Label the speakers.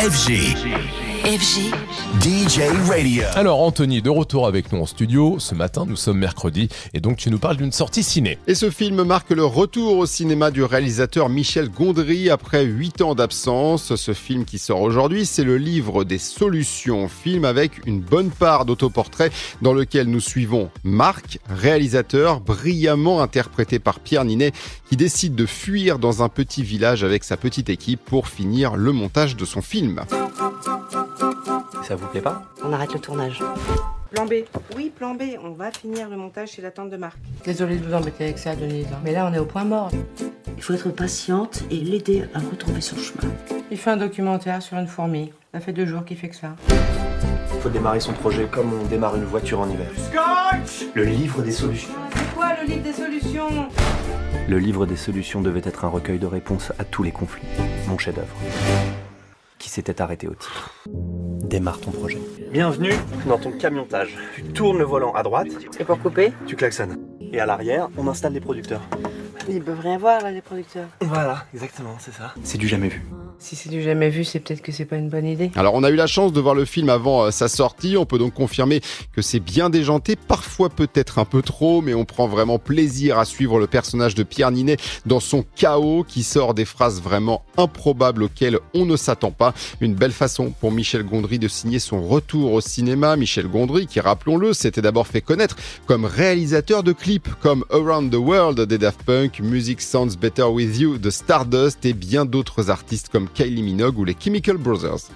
Speaker 1: FG.
Speaker 2: FG.
Speaker 1: DJ Radio.
Speaker 3: Alors Anthony, de retour avec nous en studio. Ce matin, nous sommes mercredi et donc tu nous parles d'une sortie ciné.
Speaker 4: Et ce film marque le retour au cinéma du réalisateur Michel Gondry après 8 ans d'absence. Ce film qui sort aujourd'hui, c'est le livre des solutions, film avec une bonne part d'autoportrait dans lequel nous suivons Marc, réalisateur brillamment interprété par Pierre Ninet, qui décide de fuir dans un petit village avec sa petite équipe pour finir le montage de son film.
Speaker 5: Ça vous plaît pas
Speaker 6: On arrête le tournage.
Speaker 7: Plan B. Oui, plan B. On va finir le montage chez la tante de Marc.
Speaker 6: Désolée de vous embêter avec ça, Denise. hein. Mais là, on est au point mort.
Speaker 8: Il faut être patiente et l'aider à retrouver son chemin.
Speaker 6: Il fait un documentaire sur une fourmi. Ça fait deux jours qu'il fait que ça.
Speaker 5: Il faut démarrer son projet comme on démarre une voiture en hiver. Le livre des solutions.
Speaker 7: Ah, C'est quoi le livre des solutions
Speaker 5: Le livre des solutions devait être un recueil de réponses à tous les conflits. Mon chef-d'œuvre. Qui s'était arrêté au titre. Démarre ton projet. Bienvenue dans ton camiontage. Tu tournes le volant à droite,
Speaker 6: C'est pour couper
Speaker 5: tu klaxonnes. Et à l'arrière, on installe les producteurs.
Speaker 6: Ils peuvent rien voir, là, les producteurs.
Speaker 5: Voilà, exactement, c'est ça. C'est du jamais vu.
Speaker 6: Si c'est du jamais vu, c'est peut-être que c'est pas une bonne idée.
Speaker 4: Alors on a eu la chance de voir le film avant euh, sa sortie, on peut donc confirmer que c'est bien déjanté, parfois peut-être un peu trop, mais on prend vraiment plaisir à suivre le personnage de Pierre Ninet dans son chaos qui sort des phrases vraiment improbables auxquelles on ne s'attend pas. Une belle façon pour Michel Gondry de signer son retour au cinéma. Michel Gondry qui, rappelons-le, s'était d'abord fait connaître comme réalisateur de clips comme Around the World des Daft Punk, Music Sounds Better With You de Stardust et bien d'autres artistes comme Kylie Minogue ou les Chemical Brothers.